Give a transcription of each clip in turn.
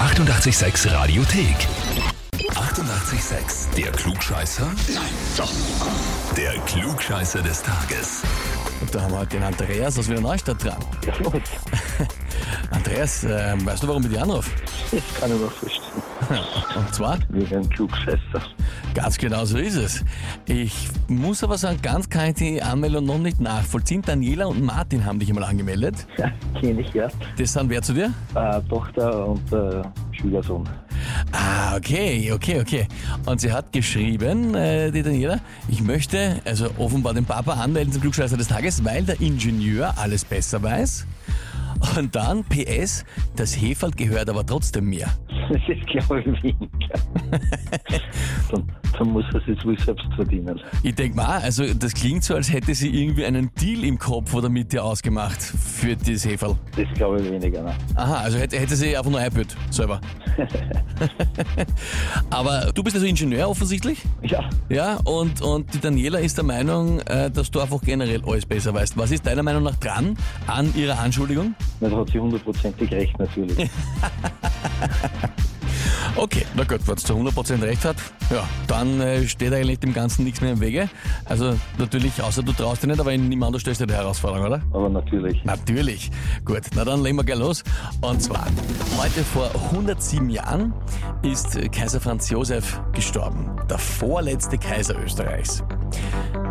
886 Radiothek. 88,6. Der Klugscheißer? Nein, doch. Der Klugscheißer des Tages. Da haben wir heute den Andreas aus Wiener Neustadt dran. Los, Andreas, ähm, weißt du, warum ich dich anrufe? das kann ich mir vorstellen. Und zwar, Wir werden klugscheißer. ganz genau so ist es. Ich muss aber sagen, ganz kann ich die Anmeldung noch nicht nachvollziehen. Daniela und Martin haben dich einmal angemeldet. Ja, kenne ich ja. Das sind wer zu dir? Äh, Tochter und äh, Schwiegersohn. Ah, okay, okay, okay. Und sie hat geschrieben, äh, die Daniela, ich möchte also offenbar den Papa anmelden zum Klugscheißer des Tages, weil der Ingenieur alles besser weiß. Und dann, PS, das Heferl gehört aber trotzdem mir. Das glaube ich weniger. dann, dann muss er es wohl selbst verdienen. Ich denke mal, also das klingt so, als hätte sie irgendwie einen Deal im Kopf oder mit dir ausgemacht für dieses Heferl. Das glaube ich weniger. Ne? Aha, also hätte, hätte sie einfach nur einbüht, selber. Aber du bist also Ingenieur offensichtlich? Ja, Ja, und, und die Daniela ist der Meinung, äh, dass du einfach generell alles besser weißt. Was ist deiner Meinung nach dran an ihrer Anschuldigung? das hat sie hundertprozentig recht natürlich. Okay, na gut, wenn es zu 100% recht hat, ja, dann äh, steht eigentlich dem Ganzen nichts mehr im Wege. Also natürlich, außer du traust dir nicht, aber in niemand anders stellst du dir die Herausforderung, oder? Aber natürlich. Natürlich. Gut, na dann legen wir gleich los. Und zwar, heute vor 107 Jahren ist Kaiser Franz Josef gestorben, der vorletzte Kaiser Österreichs.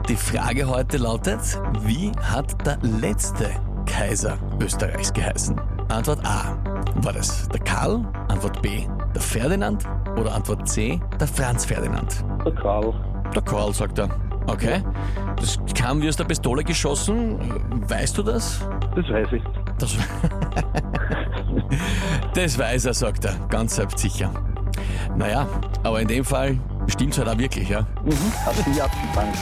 Die Frage heute lautet, wie hat der letzte Kaiser Österreichs geheißen? Antwort A. War das der Karl? Antwort B. Der Ferdinand? Oder Antwort C. Der Franz Ferdinand? Der Karl, Der Karl, sagt er. Okay. Das kam wie aus der Pistole geschossen. Weißt du das? das weiß ich. Das, das weiß er, sagt er, ganz selbst sicher. Naja, aber in dem Fall stimmt's halt auch wirklich, ja. Mhm, hat sie abgefangen.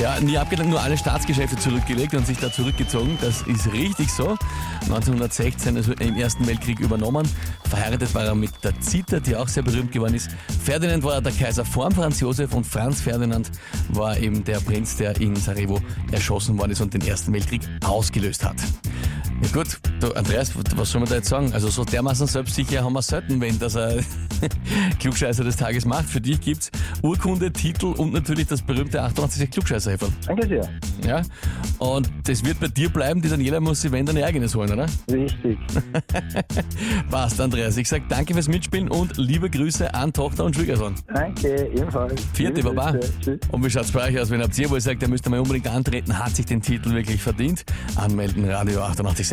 Ja, nie abgedankt, nur alle Staatsgeschäfte zurückgelegt und sich da zurückgezogen. Das ist richtig so. 1916, also im Ersten Weltkrieg übernommen. Verheiratet war er mit der Zita, die auch sehr berühmt geworden ist. Ferdinand war der Kaiser vor dem Franz Josef und Franz Ferdinand war eben der Prinz, der in Sarajevo erschossen worden ist und den Ersten Weltkrieg ausgelöst hat. Ja gut, du, Andreas, was soll man da jetzt sagen? Also so dermaßen selbstsicher haben wir selten, wenn dass er Klugscheißer des Tages macht. Für dich gibt's Urkunde, Titel und natürlich das berühmte 28 klugscheißer -Häferl. Danke sehr. Ja? Und das wird bei dir bleiben, die Daniela muss sich wenn dann ihr eigenes holen, oder? Richtig. Passt, Andreas. Ich sag danke fürs Mitspielen und liebe Grüße an Tochter und Schwiegersohn. Danke, ebenfalls. Vierte Liebe Baba. Grüße. Tschüss. Und wie schaut's bei euch aus? Wenn habt ihr wohl sagt, ihr müsst einmal unbedingt antreten, hat sich den Titel wirklich verdient? Anmelden, Radio 886